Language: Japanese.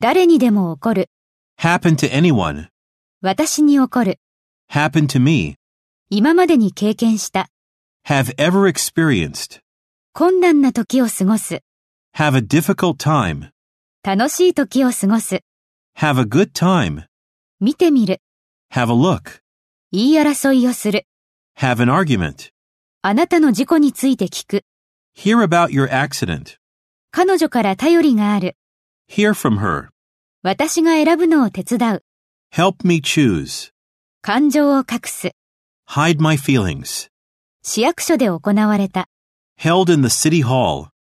誰にでも起こる、 happen to anyone, 私に起こる、 happen to me, 今までに経験した、 have ever experienced, 困難な時を過ごす、 have a difficult time, 楽しい時を過ごす、 have a good time, 見てみる、 have a look, 言い争いをする、 have an argument, あなたの事故について聞く、 hear about your accident, 彼女から頼りがある、 hear from her, 私が選ぶのを手伝う、 help me choose, 感情を隠す、 hide my feelings, 市役所で行われた。 held in the city hall.